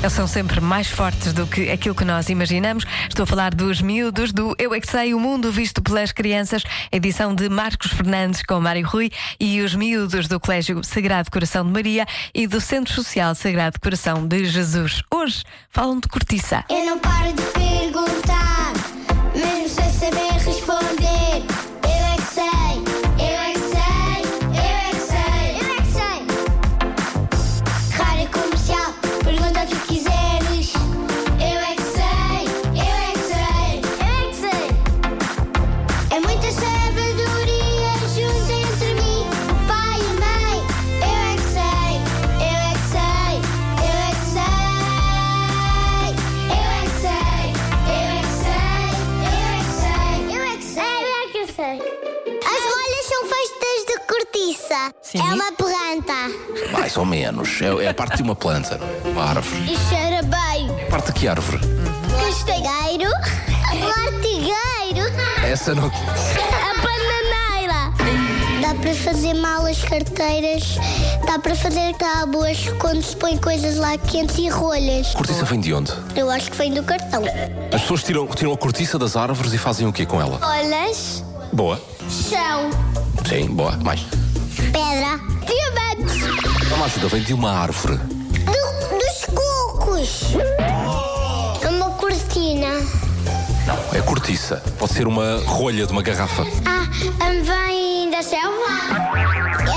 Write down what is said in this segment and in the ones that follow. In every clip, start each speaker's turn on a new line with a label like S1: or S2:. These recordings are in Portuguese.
S1: Eles são sempre mais fortes do que aquilo que nós imaginamos. Estou a falar dos miúdos do Eu É Que Sei, o mundo visto pelas crianças, edição de Marcos Fernandes com Mário Rui e os miúdos do Colégio Sagrado Coração de Maria e do Centro Social Sagrado Coração de Jesus. Hoje falam de cortiça.
S2: Eu não paro de perguntar, mesmo sem saber responder. Eu é que sei, eu é que sei, eu é que sei, eu é que sei. Rádio comercial, pergunta o que quiseres. Eu é que sei, eu é que sei, eu é que sei. É muita sabedoria junto entre mim, o pai e a mãe. Eu é que sei, eu é que sei, eu é que sei. Eu é que sei, eu é que sei, eu é que sei, eu é que sei. Eu é que sei. As rolhas são feitas de cortiça.
S1: Sim.
S2: É uma planta.
S3: Mais ou menos. É, é a parte de uma planta, não é? uma árvore.
S2: E cheira bem.
S3: É parte de que árvore?
S2: Castanheiro. Martigueiro.
S3: Essa não.
S2: A bananeira. Dá para fazer malas, carteiras, dá para fazer tábuas quando se põe coisas lá quentes e rolhas.
S3: Cortiça vem de onde?
S2: Eu acho que vem do cartão.
S3: As pessoas tiram, tiram a cortiça das árvores e fazem o quê com ela?
S2: Olhas,
S3: Boa.
S2: chão,
S3: Sim, boa. Mais.
S2: pedra, diamantes,
S3: Dá-me ajuda, vem de uma árvore.
S2: dos cocos. Uma cortina.
S3: Não, é cortiça. Pode ser uma rolha de uma garrafa.
S2: Ah, vem da selva?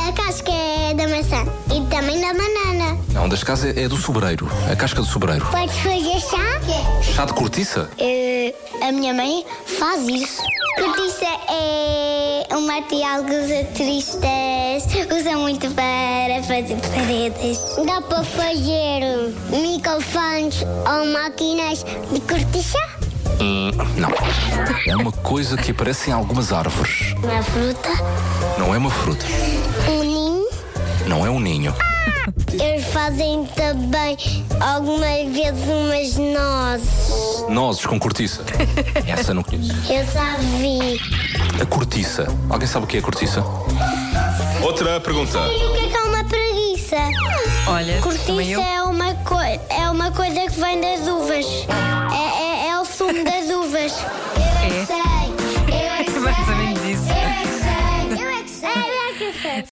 S2: A casca é da maçã e também da banana.
S3: Não, das casas é, é do sobreiro. A casca do sobreiro.
S2: Podes fazer chá?
S3: Chá de cortiça?
S2: Eh, a minha mãe faz isso. Cortiça é um material que os artistas usam muito para fazer paredes. Dá para fazer microfones ou máquinas de cortiça?
S3: Não. É uma coisa que aparece em algumas árvores.
S2: Uma fruta?
S3: Não é uma fruta.
S2: Um ninho?
S3: Não é um ninho.
S2: Eles fazem também algumas vezes umas nozes.
S3: Nozes com cortiça. Essa não conheço.
S2: Eu já vi.
S3: A cortiça. Alguém sabe o que é cortiça? Outra pergunta.
S2: E o que é que é uma preguiça?
S1: Olha, também
S2: Cortiça
S1: eu.
S2: é uma, coi- é uma coisa que é vem das uvas. É, é- é o sumo das uvas. é